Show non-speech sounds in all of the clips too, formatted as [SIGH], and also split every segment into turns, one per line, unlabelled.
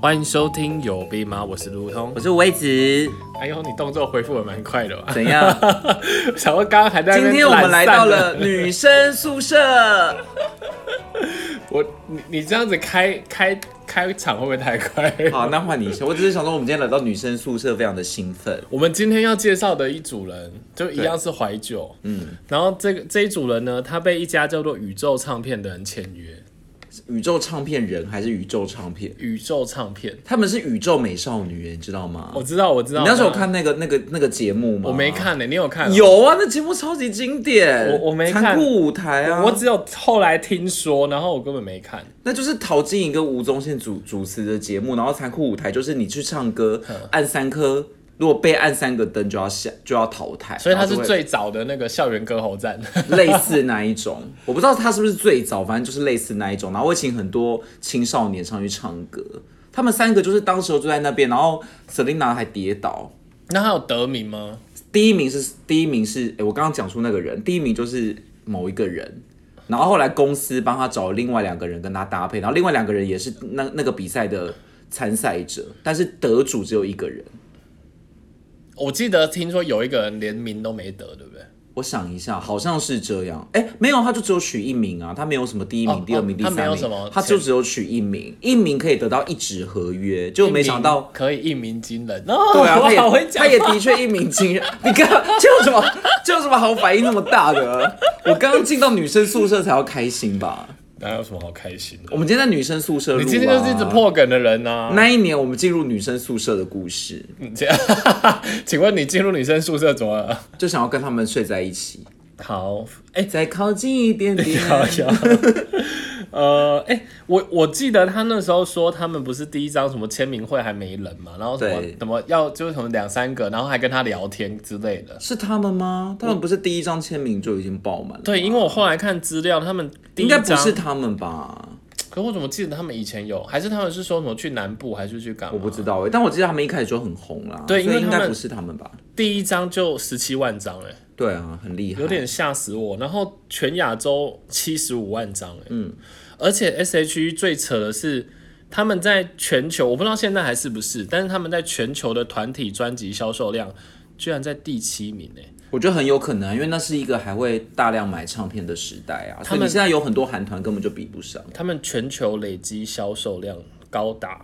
欢迎收听有病吗？我是卢通
我。是维子，
哎呦，你动作恢复的蛮快的 [LAUGHS] 吧？
怎 [LAUGHS] 样？
小欧刚刚还在那
今
边
天我们来到
懒
了
散的
女生宿舍，
我你你这样子开开开场会不会太快？
[LAUGHS] [LAUGHS] 好，那换你说。我只是想说，我们今天来到女生宿舍，非常的兴奋。
我们今天要介绍的一组人，就一样是怀旧，嗯，然后这个这一组人呢，他被一家叫做宇宙唱片的人签约，
宇宙唱片人还是宇宙唱片？
宇宙唱片，
他们是宇宙美少女，你知道吗？
我知道，我知道，
你那时候
我知道
看那个那个那个节目吗？
我没。看呢、你有看？
有啊，那节目超级经典。
我我没看
残酷舞台啊，
我只有后来听说，然后我根本没看。
那就是陶晶莹跟吴宗宪主主持的节目，然后残酷舞台就是你去唱歌，
嗯
按三颗，如果被按三个灯就要下就要淘汰，
所以他
然后
是
就会
最早的那个校园歌喉战，
类似那一种， [LAUGHS] 我不知道他是不是最早，反正就是类似那一种。然后我请很多青少年上去唱歌，他们三个就是当时候就在那边，然后 Selina 还跌倒。
那他有得名吗？
第一名是第一名是，诶我刚刚讲出那个人，第一名就是某一个人。然后后来公司帮他找另外两个人跟他搭配，然后另外两个人也是那那个比赛的参赛者，但是得主只有一个人。
我记得听说有一个人连名都没得，对不对？
我想一下，好像是这样。哎、没有，他就只有取一名啊，他没有什么第一名、
哦
第二名、
哦
第三名，
他没有什么
他就只有取一名，一名可以得到一纸合约，就没
一
想
鸣
到。
可以一鸣惊人，哦，
对啊，
[LAUGHS] 我
他
好会
也
讲话，
他也的确一鸣惊人。 [LAUGHS] 你刚这有什么这有什么好反应那么大的？我刚刚进到女生宿舍才要开心吧？
哪有什么好开心的
我？们今天在女生宿舍录、啊，
你今天就是一直破梗的人呐、
那一年我们进入女生宿舍的故事，
你 [LAUGHS] 这样，请问你进入女生宿舍怎么了？
就想要跟他们睡在一起，
好，哎、
再靠近一点
[LAUGHS]
点。
好呀。呃，哎、我我记得他那时候说，他们不是第一张什么签名会还没人嘛，然后什么
对
怎么要就是什么两三个，然后还跟他聊天之类的。
是他们吗？他们不是第一张签名就已经爆满了？
对，因为我后来看资料，他们第
应
一
该
张
不是他们吧？
可我怎么记得他们以前有，还是他们是说什么去南部，还是去干嘛？
我不知道哎、但我记得他们一开始就很红啦。
呃对
所以
因为
应
他
该
们
不是他们吧？
第一张就十七万张，哎，
对啊，很厉害，
有点吓死我。然后全亚洲七十五万张，哎，嗯，而且 S.H.E 最扯的是，他们在全球，我不知道现在还是不是，但是他们在全球的团体专辑销售量居然在第七名，哎，
我觉得很有可能啊，因为那是一个还会大量买唱片的时代啊，所以你现在有很多韩团根本就比不上。
他们全球累积销售量高达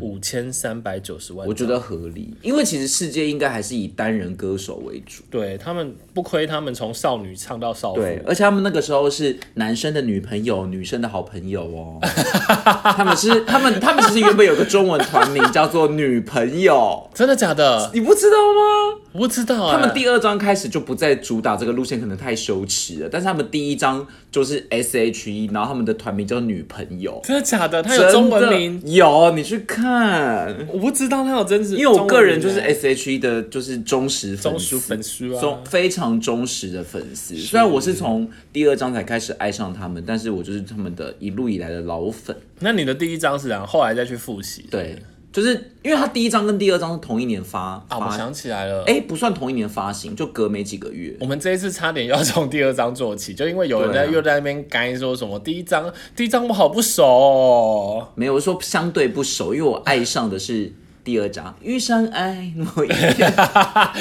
五千三百九十万张，
嗯我觉得合理，因为其实世界应该还是以单人歌手为主。
对他们不亏，他们从少女唱到少妇，
对，而且他们那个时候是男生的女朋友，女生的好朋友哦。 [LAUGHS] 他们是他们他们其实原本有个中文团名叫做女朋友，
真的假的？
你不知道吗？
我不知道、欸，
他们第二章开始就不再主打这个路线，可能太羞耻了。但是他们第一章就是 S H E，然后他们的团名叫女朋友，
真的假的？他有中文名
真，的有你去看。
我不知道他有真实，
因为我个人就是
中文名欸啊
S H E 的，就是忠实
忠
粉
实
丝，
粉丝啊
忠。非常忠实的粉丝。虽然我是从第二章才开始爱上他们，但是我就是他们的一路以来的老粉。
那你的第一张是然后后来再去复习，
对，就是因为他第一章跟第二章是同一年发，
啊，我
发
想起来了，
哎、不算同一年发行，就隔没几个月。
我们这一次差点要从第二章做起，就因为有人在
对啊
又在那边该说什么第一章，第一章我好不熟、哦， [LAUGHS]
没有，我说相对不熟，因为我爱上的是第二章《遇上爱》某哎一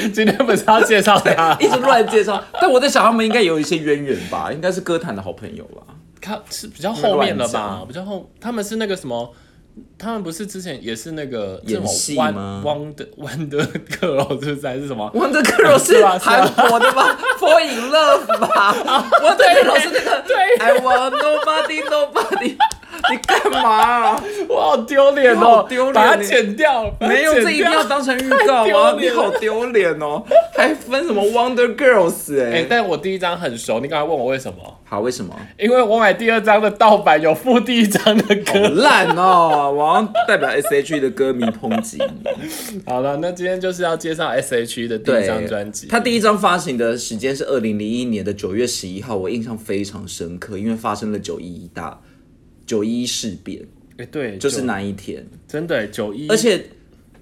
天，
今天不是要介绍 [LAUGHS] 他，
[LAUGHS] 一直乱介绍。但我在想，他们应该有一些渊源吧，应该是歌坛的好朋友吧。
他是比较后面了
乱
吧？
讲
比较后，他们是那个什么？他们不是之前也是那个
演戏
弯
吗
弯的弯的克柔是不是还是什么？
王德克柔
是
是
吧是啊吧
韩国的吗？For in love 吧？
[LAUGHS]
王德克柔是那个
对
I want nobody nobody，你 [LAUGHS] 干嘛？
我好丢脸
你
哦
好，丢脸
把它
你
剪掉，把它
没有，
剪
这一定
掉
要当成预告啊！
太丢
你
脸
好
了
丢脸哦，还分什么 Wonder Girls 哎、
[LAUGHS] 哎、但我第一张很熟，你刚才问我为什么？
好，为什么？
因为我买第二张的盗版有附第一张的
好
歌。
烂哦！我要代表 S.H.E 的歌迷抨击你。
好了，那今天就是要介绍 S.H.E 的第
对，
一张专辑。
他第一张发行的时间是二零零一年的九月十一号，我印象非常深刻，因为发生了九一一大九一一事变，
哎、对，
就是
九
那一天。
真的九一，
而且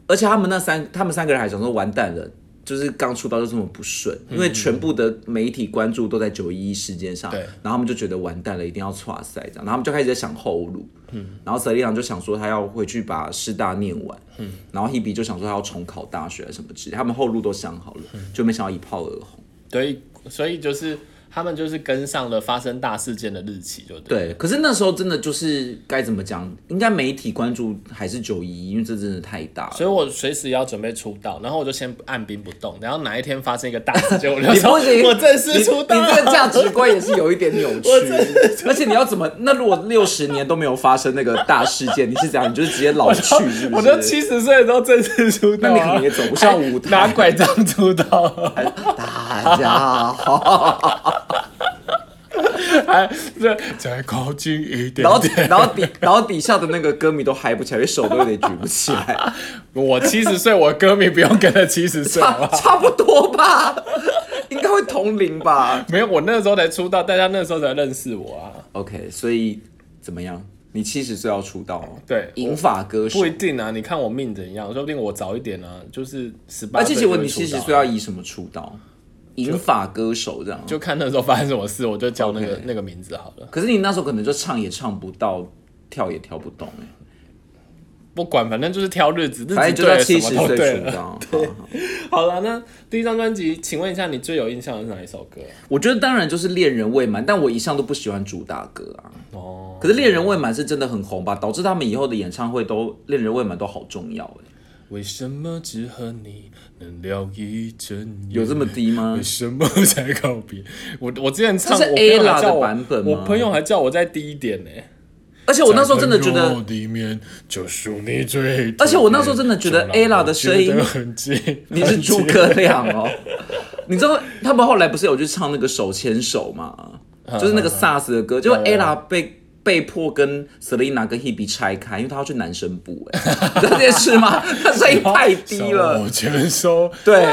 而且他们那三他们三个人还想说完蛋了，就是刚出道就这么不顺，因为全部的媒体关注都在九一一事件上，
对
然后他们就觉得完蛋了，一定要挫赛这样，然后他们就开始在想后路，嗯，然后瑟利昂就想说他要回去把师大念完，嗯，然后 Hebe 就想说他要重考大学什么之类，他们后路都想好了，就没想到一炮而红，
所以所以就是他们就是跟上了发生大事件的日期，就对。
对，可是那时候真的就是该怎么讲，应该媒体关注还是九一一，因为这真的太大了。
所以我随时要准备出道，然后我就先按兵不动，然后哪一天发生一个大事件，我就
[LAUGHS] 你
说
不行，
我正式
你
出道。
你这个价值观也是有一点扭曲。而且你要怎么？那如果六十年都没有发生那个大事件，你是怎样？你就是直接老去，是不
[LAUGHS] 我
是？
都七十岁的时候正式出道啊，哎
那你可能也走不上舞台
拿拐杖出道， [LAUGHS]
大家好，
还这哎再靠近一点
然后
点。
然后底然后底下的那个歌迷都嗨不起来，因为手都有点举不起
[LAUGHS]
来，
我七十岁，我歌迷不用跟着七十
[LAUGHS]
岁，好不
差
好？
差不多吧，应该会同龄吧。
没有，我那时候才出道，大家那时候才认识我啊。
OK，所以怎么样？你七十岁要出道哦，
对
银发歌手
不一。定啊，你看我命怎样，说不定我早一点啊，就是十八。
而且请问你七
啊
十岁要啊以什么出道？银发歌手这样。
就看那时候发生什么事，我就叫那个
OK
那个名字好了，
可是你那时候可能就唱也唱不到，跳也跳不动哎、
不管，反正就是挑日子，日
反
子
正就到
对了，
七
什
十
么都 [LAUGHS] 对
岁出
了。
道。啊好
好
好
了，那第一张专辑，请问一下，你最有印象的是哪一首歌？
我觉得当然就是《恋人未满》，但我一向都不喜欢主打歌啊。
哦，
可是《恋人未满》是真的很红吧，导致他们以后的演唱会都《恋人未满》都好重要哎、
为什么只和你能聊一整夜？
有这么低吗
[LAUGHS] 为？什么才告别？我我之前唱
这是
我朋友
Ella
还叫我
的版本吗
我朋友还叫我再低一点呢、
而且我那时候真的觉
在朋友
得，
里面就属你最特别，
而且我那时候真的觉得
就让
Ella
我
的声音
觉得很近，
[LAUGHS] 你是
很
诸
近
葛亮哦。你知道他们后来不是有去唱那个手牵手吗？就是那个 SARS 的歌，就 ella 被被迫跟 Selina 跟 Hebe 拆开，因为她要去男生部、哎，你知 [LAUGHS] 道这件事吗？她声音太低了
手，牵手，
对。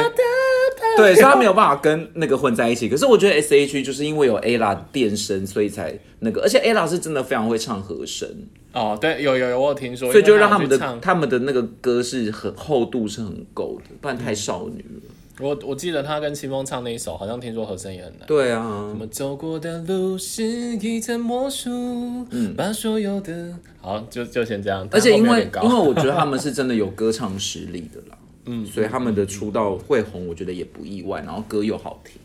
对，所以她没有办法跟那个混在一起。可是我觉得 S H E 就是因为有 ella 电声，所以才那个，而且 ella 是真的非常会唱和声，
哦，对，有有有，我有听说，
所以就让
他
他们的
唱。
他们的那个歌是很厚度是很够的，不然太少女了。
我我记得他跟清风唱那一首，好像听说和声也很难。
对啊
我，们走过的路是一层魔术，把所有的好就就先这样。
嗯而且因
但后面有
为
点高
因为我觉得他们是真的有歌唱实力的啦， [LAUGHS] 嗯，所以他们的出道会红，我觉得也不意外，然后歌又好听。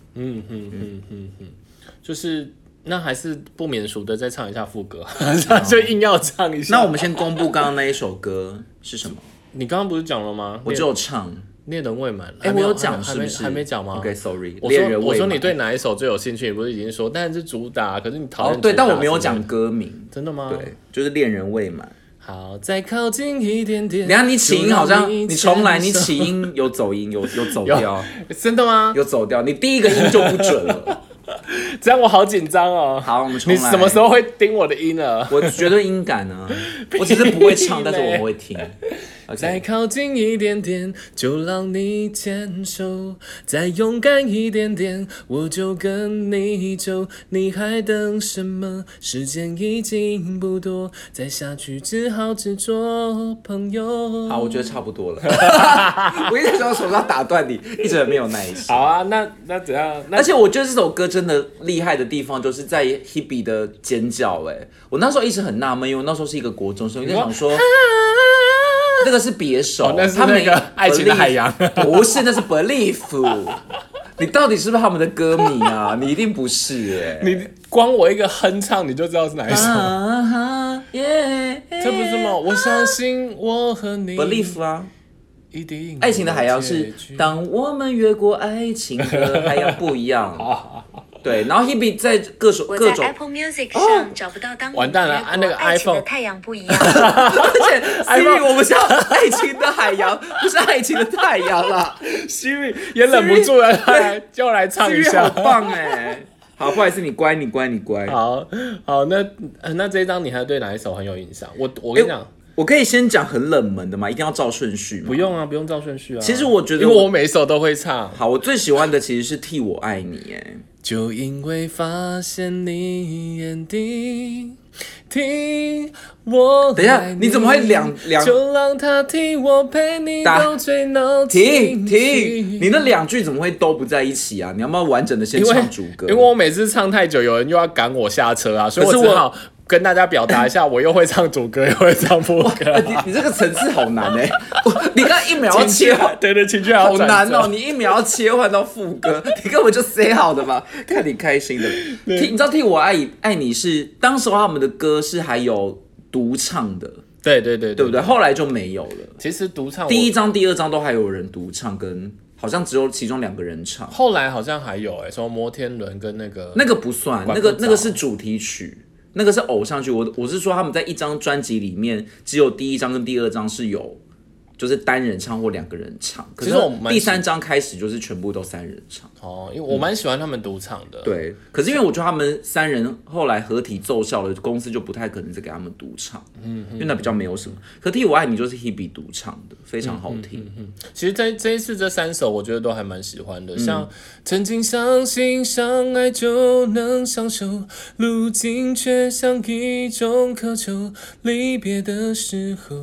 就是那还是不免俗的再唱一下副
[LAUGHS]
歌， [LAUGHS] 就硬要唱一下。
那我们先公布刚刚那一首歌是什么？
你刚刚不是讲了吗？
我只有唱，
恋人未满，还
哎，我
没
有讲
还
是
没
不
还
是？
没还没讲吗
OK，sorry，
我
恋人
说
未
我说
满
你对哪一首最有兴趣？你不是已经说，但是主打，可是你讨
哦
厌
对，
主打
但我没有
什么
讲
的，
歌名，
真的吗？
对，就是恋人未满。
好，再靠近一点点。
等一下你起音好
就
像
让
你重来，你
牵手
起音有走音，有有 [LAUGHS] 走掉，
[LAUGHS] 真的吗？
有走掉，你第一个音就不准了。
这样我好紧张哦。
好，我们重
你
来。
什么时候会盯我的音呢？
我绝对音感啊！我只 [LAUGHS] 是不欸会唱，但是我会听。
再
OK，
靠近一点点，就让你牵手；再勇敢一点点，我就跟你走。你还等什么？时间已经不多，再下去只好只做朋友。
啊好，我觉得差不多 [LAUGHS] 了。我一直想手上打断你，一直很没有耐心。
好啊，那那怎样？那
而且我觉得这首歌真的厉害的地方，就是在 Hebe 的尖叫、哎，我那时候一直很纳闷，因为我那时候是一个国中生，我就想说， [LAUGHS] 那个是别手，
哦那是
他们
那个爱情的海洋
不是，那是 Believe。你到底是不是他们的歌迷啊？你一定不是、 [LAUGHS] 哎。
你光我一个哼唱，你就知道是哪一首。
啊哈耶！
这不是吗？我相信我和你
Believe 啊，
一定。
爱情的海洋是当我们越过爱情的海洋不一
[LAUGHS]
样。对，然后 Hebe 在各首
我
各
在
种，哦
Apple Music 上找不到当年
完蛋了啊那个
爱情
iPhone
的太阳不一
[LAUGHS]
样。
而
[LAUGHS]
且
哎
Siri 我们是要爱情的海洋，不是爱情的太阳啦。
[LAUGHS] Siri 也忍不住了，他来就来唱一
Siri 好
下。
棒哎！好，不好意思，你
[LAUGHS]
乖，你乖，你乖。
好好，那呃那这一张你还对哪一首很有印象？我我跟你讲，
我可以先讲很冷门的吗？一定要照顺序吗？
不。用啊，不用照顺序啊。
其实我觉得
因为
我
我每一首都会唱。
好，我最喜欢的其实是《替我爱你》哎，
就因为发现你眼底，替我
等一下
爱
你怎么会两两
就让他替我陪你
打
到最闹
停
情绪 [LAUGHS]
停，你那两句怎么会都不在一起啊？你要不要完整的先
因为
唱主歌？
因为我每次唱太久，有人又要赶我下车啊，所以
可
我
是
只
我
好跟大家表达一下，我又会唱主歌，又会唱副
呃
歌。
你你这个层次好难哎、 [LAUGHS] 我你刚一秒要
情绪
切换
还，对对，情绪还要
好难
转
哦！
折
你一秒要切换到副歌，你根本就塞好的吧？看你开心 [LAUGHS] 的。替你知道替我爱爱你是当时候他们的歌是还有独唱的，
对对对
对不对？？后来就没有了。
其实独唱我
第一张、第二张都还有人独唱，跟好像只有其中两个人唱，
后来好像还有哎、什么摩天轮跟那个
那个不算，
管
那
不着
个那个是主题曲，那个是偶像剧。我我是说他们在一张专辑里面，只有第一张跟第二张是有。就是单人唱或两个人唱，可是
其实我蛮
第三张开始就是全部都三人唱。
哦，因为我蛮喜欢他们独唱的。，
对，可是因为我觉得他们三人后来合体奏效了，公司就不太可能再给他们独唱，嗯，因为那比较没有什么。可替我爱你就是 Hebe 独唱的，非常好
嗯
听。
其实这这一次这三首我觉得都还蛮喜欢的，
嗯
像曾经相信相爱就能相守，如今却像一种渴求。离别的时候，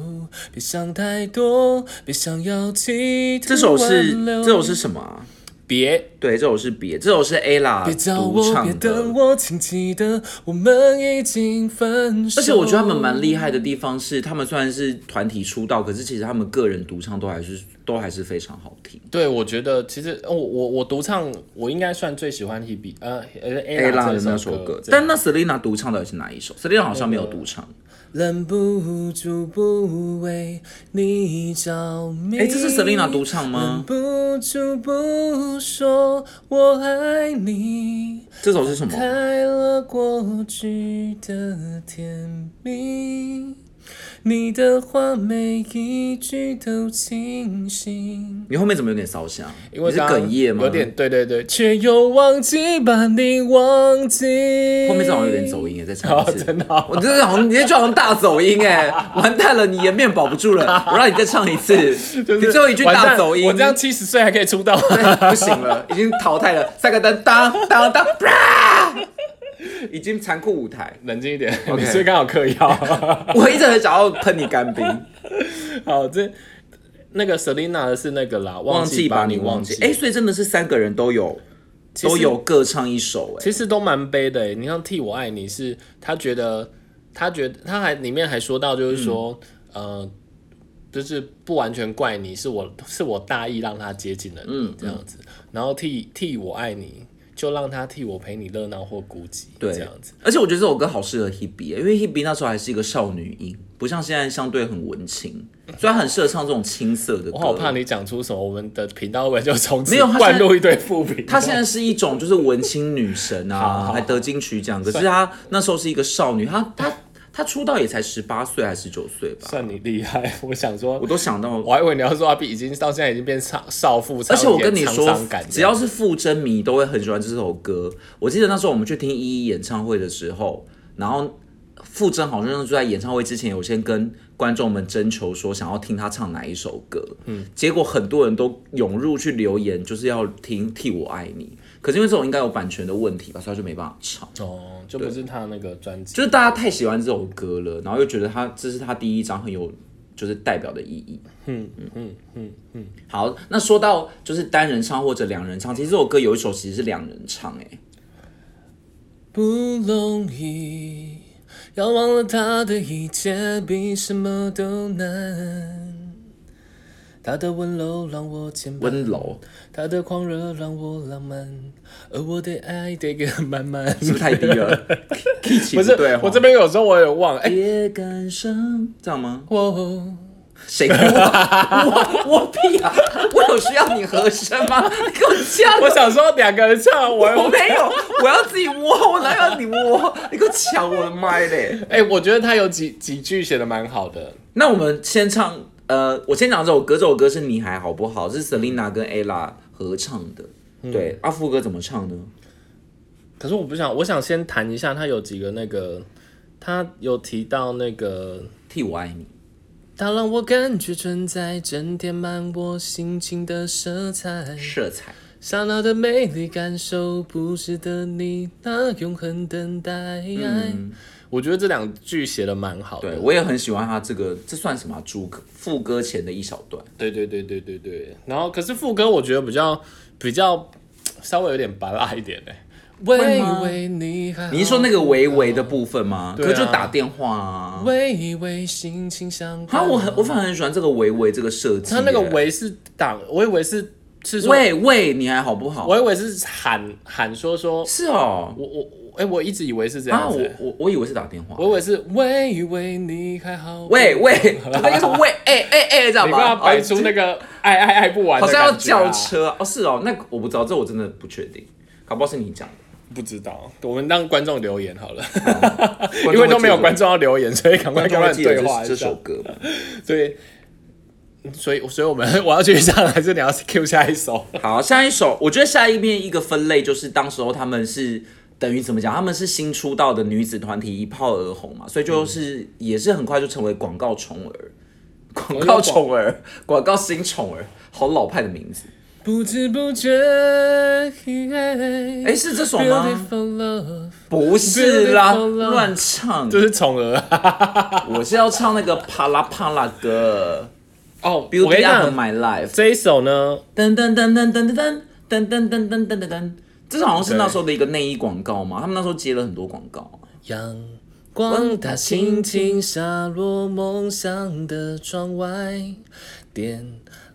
别想太多，别想要企图
这首是
挽留
这首是什么啊、
别
对，这首是别，这首是 Ella
别找
啊独
我，别
唱
等
的。
我，请记得我们已经分手。
而且我觉得他们蛮厉害
哦
的地方是，他们虽然是团体出道，可是其实他们个人独唱都还是都还是非常好听。
对，我觉得其实呃我我我独唱，我应该算最喜欢 Hebe 呃呃
Ella
Ella
的
这
那
首
首歌，
这样
但那 Selina 独唱的是哪一首？Selina 好像没有独唱。
忍不住不为你着迷。
诶这是 Selina 独唱吗
忍不住不说我爱你，
这首是什么？
开了过去的甜蜜，你的话每一句都清醒。
你后面怎么有点烧香？
因为
你是
刚刚
哽咽吗？
有点，对对对，却又忘记把你忘记。
后面这好像有点走音耶，再唱一次。
[LAUGHS] 哦真的哦
我真的好像你这句好像大走音
[LAUGHS]
哎，完蛋了，你颜面保不住了。我让你再唱一次，
就是
你最后一句
完
大
蛋
走音，
我这样七十岁还可以出道，
对 [LAUGHS] 不行了，已经淘汰了。三个灯当当 [LAUGHS] 当，啪已经残酷舞台。
[LAUGHS] 冷静一点。
OK
你是不是刚好嗑药。 [LAUGHS]
我一直很想要喷你干冰，
好，这那个 Selina 的是那个啦，
忘
记
记把
你
你忘记
记。。
哎、所以真的是三个人都有
其实
都有各唱一首哎、
其实都蛮悲的欸。你像《替我爱你》是，他觉得，他觉得他还里面还说到，就是说，
嗯
呃，就是不完全怪你，是我是我大意让他接近了你，
嗯
这样子。然后替替我爱你，就让他替我陪你热闹或孤寂，
对，
这样子。。
而且我觉得这首歌好适合 Hebe，欸因为 Hebe 那时候还是一个少女音，不像现在相对很文青，所以她很适合唱这种青涩的歌。
我好怕你讲出什么，我们的频道会不会就从此
没有他现
灌
在
入一堆负评。
她现在是一种就是文青女
[LAUGHS]
神
好
啊，
好
还得金曲奖。可是她那时候是一个少女，她她她出道也才十八岁还是十九岁吧？
算你厉害，我想说
我，都想到
我还以为你要说阿碧已经到现在已经变少少妇，
而且我跟你
常
说
常感，
只要是傅真迷都会很喜欢这首歌。我记得那时候我们去听依依演唱会的时候，然后傅真好像就在演唱会之前有先跟观众们征求说想要听他唱哪一首歌，嗯，结果很多人都涌入去留言，就是要听《替我爱你》。可是因为这种应该有版权的问题吧，所以他就没办法唱。
哦，就不是他那个专辑，
就是大家太喜欢这首歌了，然后又觉得他这是他第一张很有就是代表的意义。嗯嗯嗯嗯嗯。好，那说到就是单人唱或者两人唱，其实这首歌有一首其实是两人唱、
嗯
欸，
不容易，要忘了他的一切比什么都难。他的温柔让我牵绊，
温柔
他的狂热让我浪漫，而我的爱得给满 [LAUGHS] 满。
是不是太低了？key 起
不是
对，
我这。边有时候我也忘了，哎、
别感伤，这样吗？
哦我
谁哭啊？我我屁啊！我有需要你和声吗？你给我掐
我想说两个人唱， [LAUGHS] 我
我没有，我要自己摸，我哪要你摸？你给我抢我的麦嘞！
哎、我觉得他有几几句写的蛮好的，
那我们先唱，呃，我先讲这首歌，这首歌是《你还好不好》，是
嗯
Selina 跟 Ella 合唱的。对，阿富哥怎么唱呢？
可是我不想，我想先谈一下他有几个那个，他有提到那个嗯
替我爱你，
它让我感觉存在，正填满我心情的色彩。
色彩。
刹那的美丽感受，不值得你那永恒等待。嗯我觉得这两句写的蛮好
对
的。
我也很喜欢他这个，这算什么啊主歌副歌前的一小段，
对对对对对对。然后，可是副歌我觉得比较比较稍微有点拔辣一点欸嘞。
会
微
吗
微你还好
你是说那个维维的部分吗？
对啊
可就打电话啊。
微微心情相
啊，
伴
我很我反而很喜欢这个维维这个设计
他
耶。
那个维是挡，我以为是是说，
喂喂，你还好不好
我？以为是喊喊说说，
是哦，
我我我哎、我一直以为是这
啊，
样
我
子、
我我以为是打电话。
我以为是喂喂你还好，[LAUGHS]
喂，喂，他应该说喂，哎哎哎，知道
你
吗？
刚刚掰
哦
出那个爱爱爱不完的
好
感觉
像
啊、
要叫车啊哦，是哦，那个我不知道，这我真的不确定，搞不好是你讲的，
不知道，我们让观众留言好了，
哦
[LAUGHS]
众
因为都没有
会记得
观众要留言，所以赶快
观
跟
众
他
会
们
记得
对
这
话一
这
下
首。歌吗？
对，所以所以我们 [LAUGHS] 我要去上，还是你要 Q 下一
[LAUGHS]
首？
好，下一首，我觉得下一面一个分类就是当时候他们是等于怎么讲，他们是新出道的女子团体，一炮而红嘛，所以就是、也是很快就成为广告宠儿。广告宠儿，广告新宠儿，好老派的名字。
不知不觉，
哎、
哎
是这首吗？不是
Beautiful
啦，
love
乱唱。
这是宠儿啊！
我是要唱那个啪啦啪啦歌
哦，我跟你
，Beauty of
讲，
My Life。
这一首呢，
噔噔噔噔噔噔噔噔噔噔噔噔噔噔，这是好像是那时候的一个内衣广告嘛，他们那时候接了很多广告。
阳光它轻轻洒落梦想的窗外，点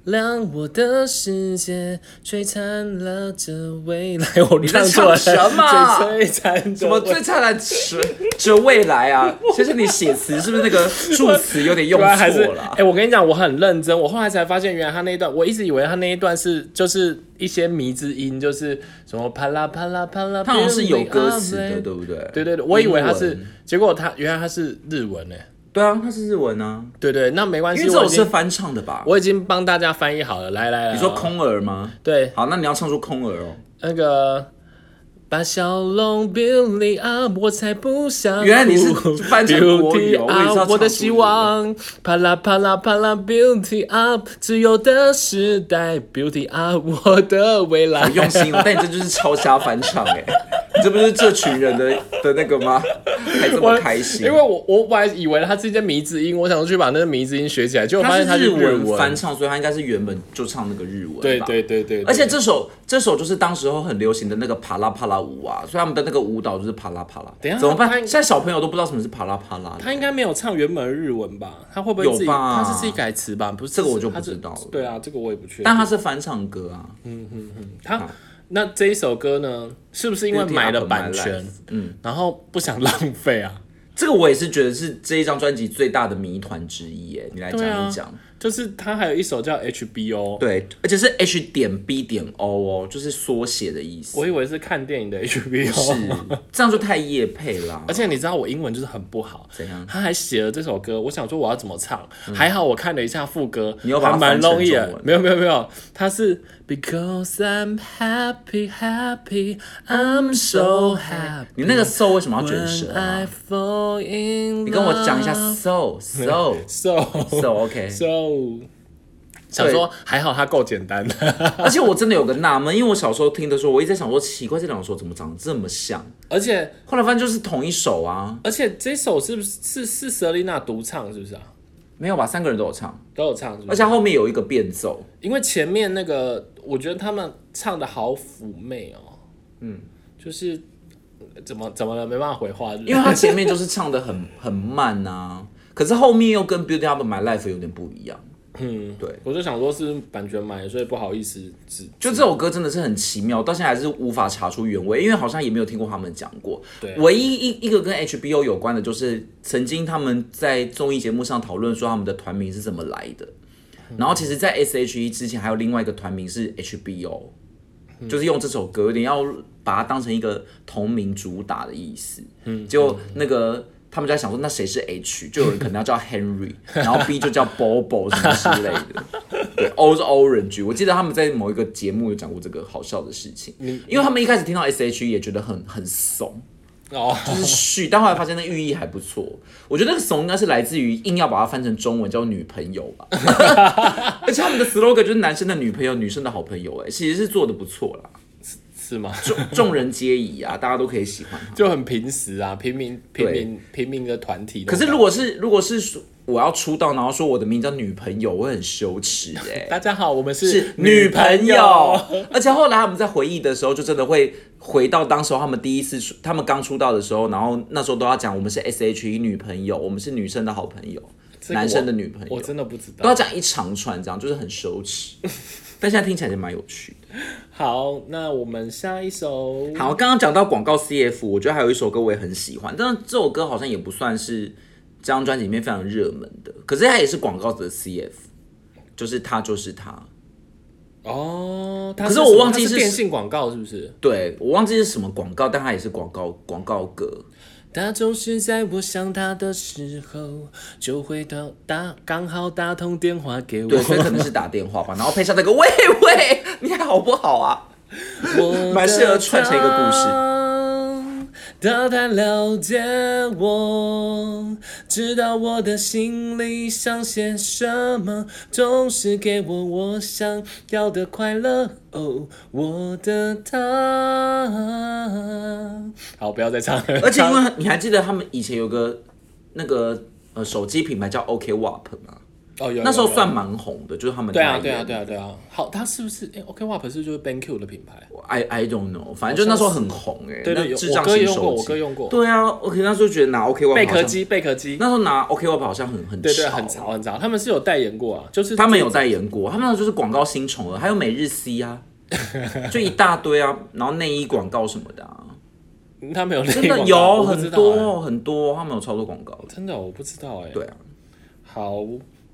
亮我的世界，璀璨了这未来。我你
在唱什么
璀璨
什么最灿烂指指未来啊？其实你写词是不是那个助词有点用
突然还是
错了
哎、
啊？
我跟你讲，我很认真，我后来才发现，原来他那一段，我一直以为他那一段是就是一些迷之音，就是什么啪啦啪啦啪啦，
它好像是有歌词的，
对
对不对？
对对对，我以为他
英
是
文，
结果他原来他是日文呢、
对啊，它是日文啊，
对对，那没关
因
系，
为这
我
首
已经
是翻唱的吧？
我已经帮大家翻译好了，来来来，
你说
哦
空耳吗？
对
好，那你要唱出空耳哦。
那个把笑容 build up，我啊才不想哭。
原来你是翻成国语
beauty
哦我以为是要
up，
唱
我的希望，啪啦啪啦啪啦 beauty up，自由的时代 beauty up，我的未来
好。用心哦，但你这就是超瞎翻唱哎、你这不是这群人的的那个吗？还这么开心？
因为我我本来以为它是一件迷之音，我想去把那个迷之音学起来，结果发
他
现它
是日
文
文翻唱，所以他应该是原本就唱那个日文吧。
对对对对，对
而且这首这首就是当时候很流行的那个啪啦啪啦舞啊，所以他们的那个舞蹈就是啪啦啪啦。
等一下
怎么办？
他
现在小朋友都不知道什么是啪啦啪啦。
他应该没有唱原本的日文吧？他会不会自己？
有吧
他是自己改词吧？不是
这个我就
他是
不知道了
对啊，这个我也不确定。
但他是翻唱歌啊，
他那这一首歌呢，是不是因为买了版
Beauty Up
权
My Life，，嗯，
然后不想浪费啊？
这个我也是觉得是这一张专辑最大的谜团之一哎，你来讲一讲。
就是他还有一首叫 HBO，
对，而且是 H 点 B 点 O 哦，就是缩写的意思。
我以为是看电影的 HBO，
是这样就太夜配
[LAUGHS]
啦。
而且你知道我英文就是很不好，
怎样嗯
他还写了这首歌，我想说我要怎么唱，还好我看了一下副歌，
你又把它
还蛮
翻成
容易
中
的
文。
没有没有没有，他是 Because I'm happy happy I'm so happy。
你那个 so 为什么要卷
When
舌
I
啊？
fall in，
你跟我讲一下
love
so so
So
so OK。
So，想说还好它够简单， [LAUGHS]
[LAUGHS] 而且我真的有个纳闷，因为我小时候听的时候，我一直在想说，奇怪，这两首怎么长得这么像？
而且
后来发现就是同一首啊，
而且这首是不是是是 Selina 独唱是不是啊？
没有吧？三个人都有唱，
都有唱是不
而
是？
且后面有一个变奏，
因为前面那个，我觉得他们唱的好妩媚哦，嗯，就是呃怎么怎么了，没办法回话，是不是
因为他前面就是唱的很很慢啊，可是后面又跟 Beauty Up My Life 有点不一样。嗯，对，
我就想说是版权买的，所以不好意思只
就这首歌真的是很奇妙，到现在还是无法查出原委，因为好像也没有听过他们讲过。
对啊
唯一一一个跟 HBO 有关的，就是曾经他们在综艺节目上讨论说他们的团名是怎么来的。然后其实，在 S.H.E 之前还有另外一个团名是 HBO，、就是用这首歌有点要把它当成一个同名主打的意思。嗯，就那个。他们就在想说，那谁是 H？就有人可能要叫 Henry，然后 B 就叫 Bobo 什么之类的。对，O 是 Orange。我记得他们在某一个 E 节目有讲过这个好笑的事情，因为他们一开始听到 S.H.E 也觉得很很怂，
哦，
就是续，但后来发现那寓意还不错。我觉得那个怂应该是来自于硬要把它翻成中文叫女朋友吧，而且他们的 slogan 就是男生的女朋友，女生的好朋友、哎，其实是做的不错啦，
是吗？
众众人皆宜啊，大家都可以喜欢他。
就很平实啊，平民平民平民的团体。
可是如果是如果是说我要出道，然后说我的名字叫女朋友，我会很羞耻哎、
大家好，我们
是
是
女朋友。， [LAUGHS] 而且后来我们在回忆的时候，就真的会回到当时候他们第一次出，他们刚出道的时候，然后那时候都要讲我们是 S H E 女朋友，我们是女生的好朋友，
这个我
男生的女朋友
我，真的不知
都
道。
要讲一长串，这样就是很羞耻。 [LAUGHS] 但现在听起来就蛮有趣的。
好，那我们下一首。
好，刚刚讲到广告 CF，我觉得还有一首歌我也很喜欢，但是这首歌好像也不算是这张专辑里面非常热门的，可是它也是广告的 CF，就是它就是它。
哦，可
可是我忘记
是
是
电信广告是不是？
对我忘记是什么广告，但它也是广告广告
[LAUGHS]
歌。
他总是在我想他的时候，就会打打刚好打通电话给我。
对，所以可能是打电话吧，然后配上那个喂喂，你还好不好啊？
我
蛮适合串成一个故事
事。他太了解我，知道我的心里想些什么，总是给我我想要的快乐。哦，我的他。好，不要再唱了。
而且因为你还记得他们以前有个那个呃手机品牌叫 OK WAP 吗？
[LAUGHS] 哦，有有
那时候
有
算蛮红的，就是他们
对
代
啊，
言
对啊，对啊，对啊。好，他是不是？哎，OK WAP 是就是 BenQ 的品牌。
I I don't know，反正就那时候很红哎、
对对
那
有
智障
我哥
型
用过
手机
我哥用过
对啊，我可能那时候觉得拿 OK WAP
贝壳
好像，
机，贝壳机。
那时候拿 OK WAP 好像很很
对对，很潮很潮。他们是有代言过啊，就是
他们有代言过，他们那就是广告新宠儿，还有每日
[LAUGHS]
C 啊，就一大堆啊，然后内衣广告什么的啊，
嗯他们有内
真的
广告
有
我不
很
知道
多、
欸
很多，他们有超多广告的。
真的哦我不知道哎。
对啊，
好，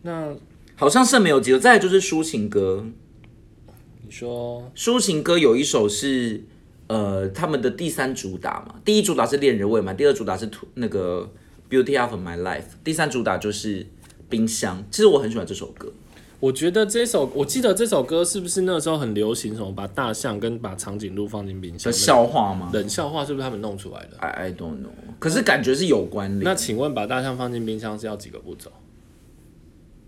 那
好像是没有几个。再来就是抒情歌，
你说
抒情歌有一首是呃他们的第三主打嘛，第一主打是恋人未满，第二主打是图那个 Beauty of My Life，第三主打就是冰箱。其实我很喜欢这首歌，
我觉得这首，我记得这首歌是不是那时候很流行什么把大象跟把长颈鹿放进冰
叫
箱？
笑话吗
冷笑话是不是他们弄出来的？
？I I don't know，可是感觉是有关
那
联。
请问把大象放进冰箱是要几个步骤？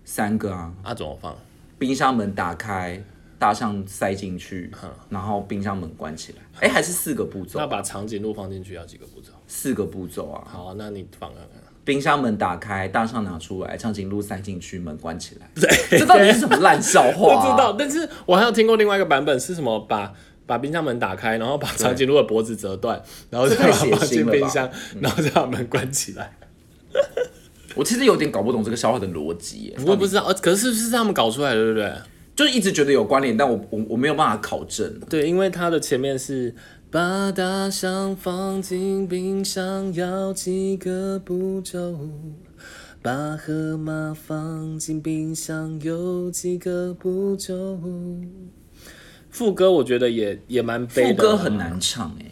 三个啊，
啊，怎么放？
冰箱门打开，大象塞进去，然后冰箱门关起来。哎、还是四个步骤
嗯那，把长颈鹿放进去要几个步骤？
四个步骤啊。
好，那你放看看。
冰箱门打开，大象拿出来，长颈鹿塞进去，门关起来。对，这到底是什么烂笑
不
话、啊？
知道，但是 [LAUGHS] 我还有听过另外一个版本是什么？把把冰箱门打开，然后把长颈鹿的脖子折断，然后再把
这太
它
血腥
放进
了吧
冰箱， [LAUGHS] 然后再把门关起来。
我其实有点搞不懂这个笑话的逻辑耶。
我也不知道，呃可是是他们搞出来的，对不对？
就是一直觉得有关联，但我我我没有办法考证。
对，因为它的前面是把大象放进冰箱要几个步骤，把河马放进冰箱有几个步骤。副歌我觉得也也蛮悲的
副
啊，
歌很难唱哎，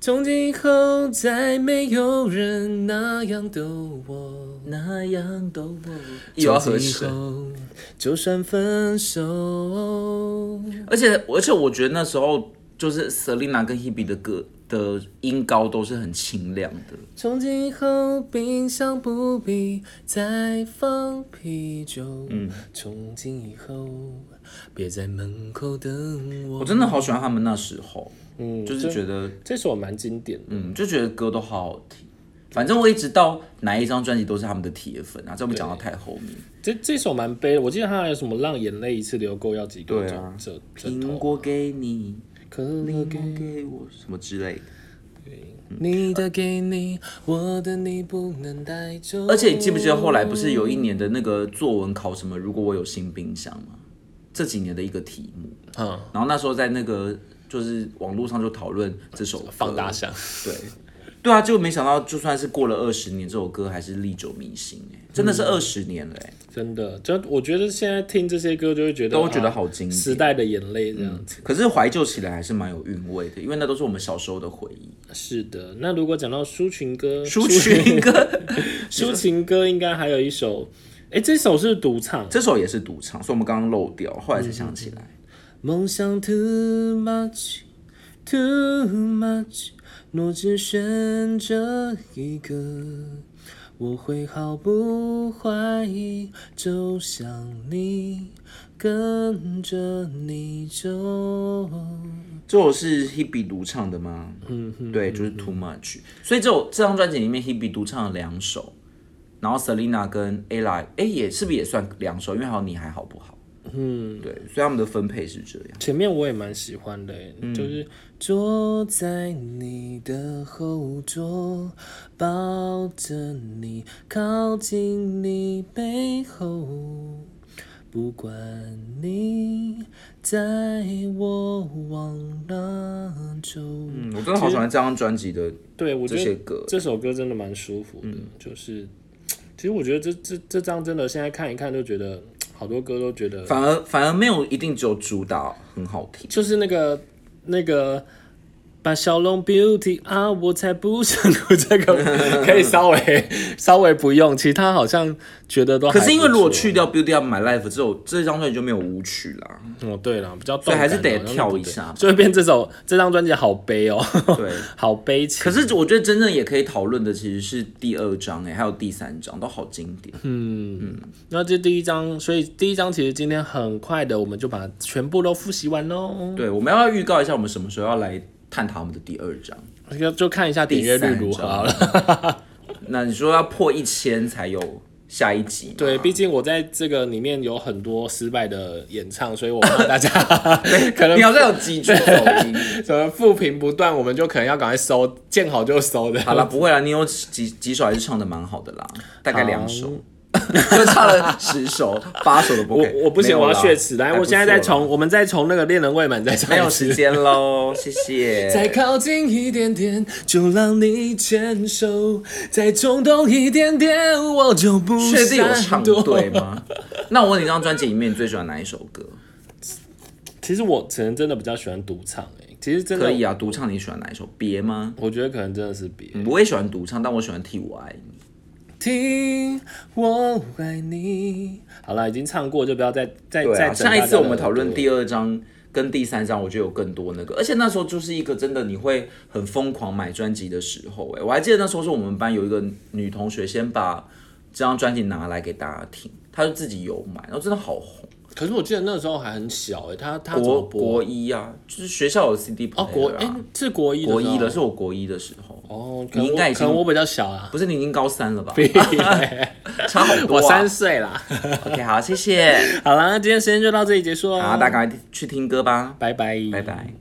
从今以后再没有人那样的我，
那样的我又要和声。
从今以后就算分手，
而且而且我觉得那时候就是 Selina 跟 Hebe 的歌的音高都是很清亮的。
从今以后冰箱不必再放啤酒，
嗯
从今以后别在门口等我。
我真的好喜欢他们那时候，
嗯
就是
这
觉得
这首蛮经典的，
嗯，就觉得歌都好好听。反正我一直到哪一张专辑都是他们的铁粉啊，这我们讲到太后面。
这这首蛮悲的。我记得它还有什么让眼泪一次流够要几个
对
枕
啊
枕枕
苹
头，
果给你，
可乐给
苹果给我什么之类的。
你的给你，我的你不能带走。
而且你记不记得后来不是有一年的那个作文考什么？如果我有新冰箱吗？这几年的一个题目，
嗯，
然后那时候在那个就是网络上就讨论这首歌
放大，象，
对，对啊，就没想到就算是过了二十年，这首歌还是历久弥新哎、真的是二十年了哎、
真的，就我觉得现在听这些歌就会觉得，
都觉得
啊
好经典
时代的眼泪这样子。
可是怀旧起来还是蛮有韵味的，因为那都是我们小时候的回忆。
是的，那如果讲到抒情歌，
抒情
[LAUGHS]
歌，
抒情歌应该还有一首，哎，这首是独唱。
[LAUGHS] 这首也是独唱，所以我们刚刚漏掉，后来才想起来。
梦想 too much，too much，
若只剩这一个，我会毫不怀疑走向你，跟着你走。
这首是 Hebe 独唱的吗？嗯，对，就是 Too Much。所以这首这张专辑里面 Hebe 独唱了两首，然后 Selina 跟 Ella，哎，也是不是也算两首？因为还有你还好不好？嗯，对，所以他们的分配是这样。
前面我也蛮喜欢的欸、
嗯
就是坐在你的后座，抱着你，靠近你背后，不管你带我往哪走。
嗯，我真的好喜欢这张专辑的，
对，我觉
这些嗯
得
歌
这首歌真的蛮舒服的，就是其实我觉得这这这张真的现在看一看就觉得好多歌都觉得，
反而反而没有一定只有主打很好听。
就是那个那个
把小龙 beauty 啊，我才不想录这个。
可以稍微稍微不用，其他好像觉得都还
可是因为如果
不错
去掉 Beauty Up My Life 之后，这张专辑就没有舞曲啦。
哦对了，比较动
所以还是
感
得
好像
跳
不
一
对
下
就会变这首这张专辑好悲哦，
对，
[LAUGHS] 好悲情。
可是我觉得真正也可以讨论的其实是第二章哎、还有第三章都好经典。
嗯那这第一章，所以第一章其实今天很快的，我们就把全部都复习完喽。
对，我们要预告一下我们什么时候要来探讨我们的第二章。
就就看一下点阅率如何好了。
[LAUGHS] 那你说要破一千才有下一集吗？
对，毕竟我在这个里面有很多失败的演唱，所以我怕
[LAUGHS]
大家 [LAUGHS] 可能
你好像有几句走
[LAUGHS]
音。
什么负评不断，我们就可能要赶快收，见好就收的。
好了，，不会啦，你有几几首还是唱的蛮好的啦，大概两首， [LAUGHS] 就差了十首、八首都不
我
可以。
我不行，
没有
我
啦
要血耻。来，
还
我
不
现在再
错啦
从，我们再从那个恋人未满再唱
没有
一次
时。间喽，谢
[LAUGHS]
谢。
再靠近一点点，就让你牵手；再冲动一点点，我就不
确定有唱
闪躲。
对吗？ [LAUGHS] 那我问你，这张专辑里面你最喜欢哪一首歌？
[LAUGHS] 其实我可能真的比较喜欢独唱、欸，其实真的
可以啊，独唱你喜欢哪一首？别吗？
我觉得可能真的是别。
我也喜欢独唱，但我喜欢替我爱你。
听，我爱你。
好了，已经唱过就不要再再、
对
再
啊，
整
上一次我们讨论
大家的耳朵
第二章跟第三章，我觉得有更多那个，而且那时候就是一个真的你会很疯狂买专辑的时候、哎，我还记得那时候是我们班有一个女同学先把这张专辑拿来给大家听，她就自己有买，然后真的好红。
可是我记得那时候还很小哎、欸，他他怎么
国
播
国一啊，就是学校有 CD
哦国
player
哎、
啊，
是国一的
国一
的
的是我国一的时候，
哦，可
你
能
应该
我
已
可能我
经
比较小啊啦，
不是你已经高三
[LAUGHS]
了吧？ [LAUGHS]
差
好多啊
啊我三岁 [LAUGHS] 啦。
OK，好，谢谢，
好啦，那今天时间就到这里结束喽，
好，大家赶快去听歌吧，
拜拜，
拜拜。